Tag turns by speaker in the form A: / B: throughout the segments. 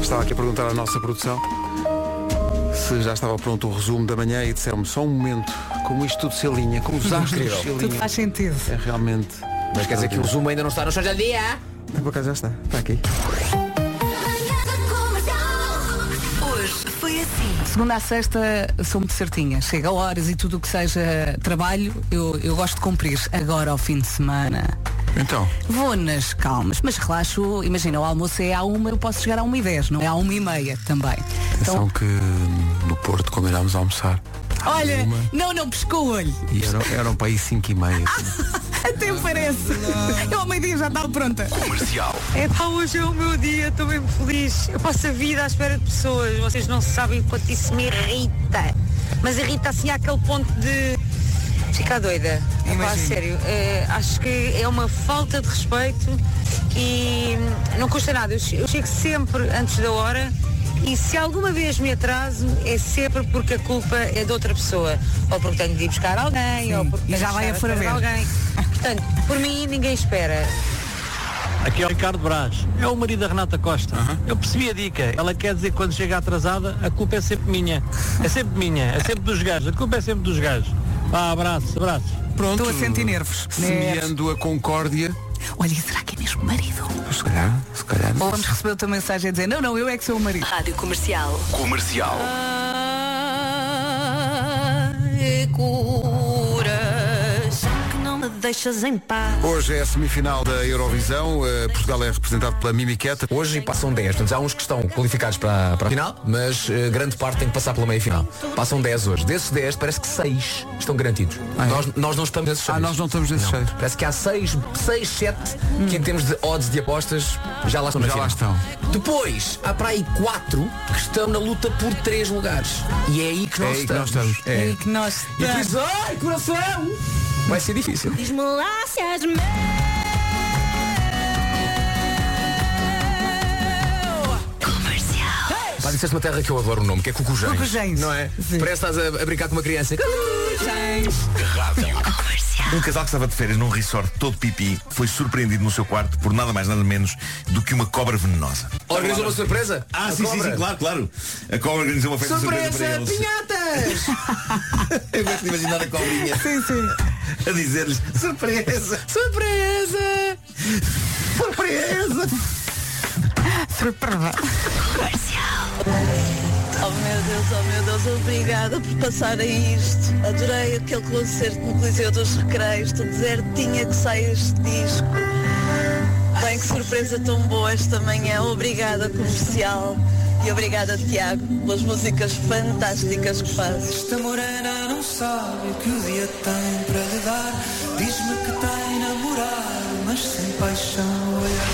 A: Estava aqui a perguntar à nossa produção se já estava pronto o resumo da manhã e disseram-me só um momento, como isto tudo se alinha, como os astros se
B: Tudo
A: alinham.
B: faz sentido.
A: É realmente. É,
C: Mas quer dizer que o zoom ainda não está no chão de dia?
A: Por acaso já está, está aqui.
D: Hoje foi assim.
B: Segunda à sexta sou muito certinha. Chega a horas e tudo o que seja trabalho, eu, eu gosto de cumprir. Agora ao fim de semana.
A: Então,
B: Vou nas calmas, mas relaxo, imagina, o almoço é à uma, eu posso chegar à uma e dez, não é à uma e meia também.
A: atenção
B: Então,
A: que no Porto, quando irámos almoçar, à
B: olha,
A: uma,
B: não, não pescou o olho.
A: e Ah, eram,
C: um-
A: eram para aí 5 e meia.
B: Até parece. Eu ao meio-dia já estava pronta.
E: É pá, hoje é o meu dia, estou mesmo feliz. Eu passo a vida à espera de pessoas. Vocês não sabem o quanto isso me irrita. Mas irrita assim àquele ponto de ficar doida. É pá, sério. eh, acho que é uma falta de respeito e hum, não custa nada. Eu che- eu chego sempre antes da hora. E se alguma vez me atraso, é sempre porque a culpa é de outra pessoa. Ou porque tenho de ir buscar alguém, ou porque
B: e
E: tenho
B: já
E: de estar
B: vai a
E: atrás de
B: fora ver.
E: alguém. Portanto, por mim, ninguém espera.
F: Aqui é o Ricardo Braz. É o marido da Renata Costa. Eu percebi a dica. Ela quer dizer que quando chega atrasada, a culpa é sempre minha. É sempre minha. É sempre dos gajos. A culpa é sempre dos gajos. Vá, abraço, abraço.
A: Pronto. é.
B: Estou a sentir nervos. Nervos.
A: Semeando a concórdia.
B: Olha, e será que é mesmo marido?
A: Se calhar, se calhar.
B: Ou vamos receber outra mensagem a dizer, não, não, eu é que sou o marido.
D: Rádio Comercial.
G: Comercial.
D: Ai, curas que não me deixas em paz.
A: Hoje é a semifinal da Eurovisão. eh, Portugal é representado pela Mimiqueta.
C: Hoje passam 10, portanto há uns que estão qualificados para, para a final, mas eh, grande parte tem que passar pela meia final. Passam 10 hoje. Desses 10, parece que 6 estão garantidos.
A: é?
C: Nós, nós não estamos nesses
A: Ah,
C: seis.
A: nós não estamos nesses seis. Hum.
C: Parece que há 6, 6, 7 que em termos de odds de apostas já lá estão na
A: Já lá
C: final.
A: estão.
C: Depois, há para aí 4 que estão na luta por 3 lugares. E é aí que
A: É
C: nós
A: aí que nós
C: estamos.
A: estamos. É.
B: E que nós.
C: E por isso, ai, coração! Vai ser difícil.
D: Diz-me lá se és meu. Comercial.
C: Pá, disseste uma terra que eu adoro o nome, que é Cucujães.
B: Cucujães.
C: Não é?
B: Sim.
C: Parece que estás a, a brincar com uma criança.
G: Um casal que estava de férias num resort todo pipi foi surpreendido no seu quarto por nada mais nada menos do que uma cobra venenosa.
C: Organizou uma surpresa?
G: Ah,
C: A
G: sim, sim,
C: cobra.
G: sim, claro, claro. A cobra organizou uma festa surpresa, para
C: Surpresa,
G: eles.
C: pinhatas!
G: Eu gosto de imaginar a cobrinha
B: Sim, sim.
G: a dizer-lhes surpresa,
C: Surpresa!
G: surpresa.
H: Oh meu Deus, oh meu Deus, obrigada por passarem isto. Adorei aquele concerto no Coliseu dos Recreios, estou desertinha que sai este disco. Bem, que surpresa tão boa esta manhã. Obrigada, comercial. E obrigada, Tiago, pelas músicas fantásticas que fazes.
I: Esta morena não sabe o que o dia tem para lhe dar. Diz-me que tem namorado, mas sem paixão.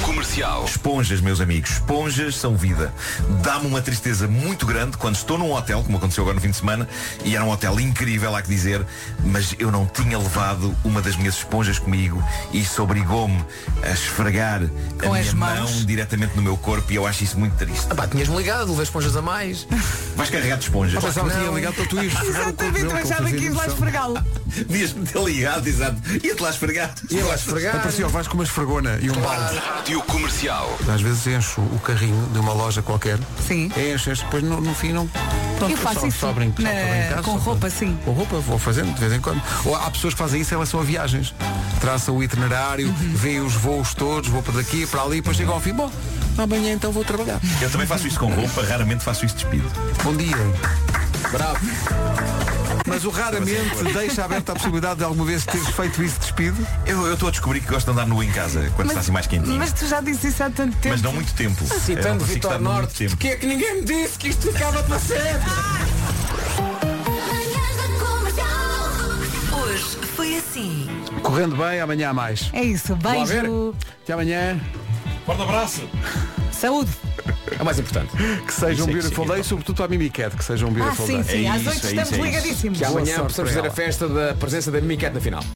G: Comercial. Esponjas, meus amigos, esponjas são vida. Dá-me uma tristeza muito grande quando estou num hotel, como aconteceu agora no fim de semana, e era um hotel incrível, há que dizer, mas eu não tinha levado uma das minhas esponjas comigo e isso obrigou-me a esfregar
B: Com
G: a
B: as
G: minha
B: mãos.
G: mão diretamente no meu corpo e eu acho isso muito triste.
C: Ah pá, tinhas-me ligado, levei esponjas a mais.
G: Vais carregar de esponjas.
A: Pensava que ia ligar para tu ires.
B: Exatamente, eu achava que ias lá esfregá-lo.
G: Ah, Devias-me ter ligado, exato. Ia-te lá esfregar.
C: Ia lá esfregar.
A: Apareceu, vais com uma esfregona e um balde.
G: Rádio comercial.
A: Às vezes encho o carrinho de uma loja qualquer.
B: Sim.
A: Enches, depois no, no fim não. Pronto,
G: então
B: Eu faço
A: só,
B: isso
A: só brinco, só
B: na-
A: para brincar,
B: com
A: só para-
B: roupa, sim.
A: Com roupa, vou fazendo de vez em quando. Ou há pessoas que fazem isso em relação a viagens. Traçam o itinerário,
B: Uhum.
A: veem os voos todos, vou para daqui, para ali, depois chegam ao fim. Bom, amanhã então vou trabalhar.
G: Eu também faço isso com roupa, raramente faço isso despido.
A: Bom dia.
C: Bravo.
A: Mas o raramente
G: é
A: deixa aberta a possibilidade de alguma vez teres feito isso despido.
G: Eu eu estou a descobrir que gosto de andar nu em casa, quando está assim mais quentinho.
B: Mas tu já disse isso há tanto tempo.
G: Mas não muito tempo. Eu não
C: Citando
G: consigo estar
C: Vitor
G: muito
C: Norte,
G: tempo.
C: porque é que ninguém me disse que isto ficava para sempre?
D: Manhãs da Comercial. Hoje foi assim.
A: Correndo bem, amanhã há mais.
B: É isso,
C: Vou lá ver.
B: beijo.
A: Até amanhã.
G: Forte abraço.
B: Saúde.
C: É o mais importante.
A: Que seja um
G: Isso é que
A: beautiful
G: sim,
A: day, sobretudo à Mimicat, que seja um
B: Ah,
A: beautiful
B: sim,
A: day.
B: sim, às
G: isso,
B: oito
G: é
B: estamos
G: isso, é isso.
B: ligadíssimos.
C: Que amanhã
A: sorte
C: possamos
A: para
C: fazer a
A: ela.
C: festa da presença da Mimiquete na final.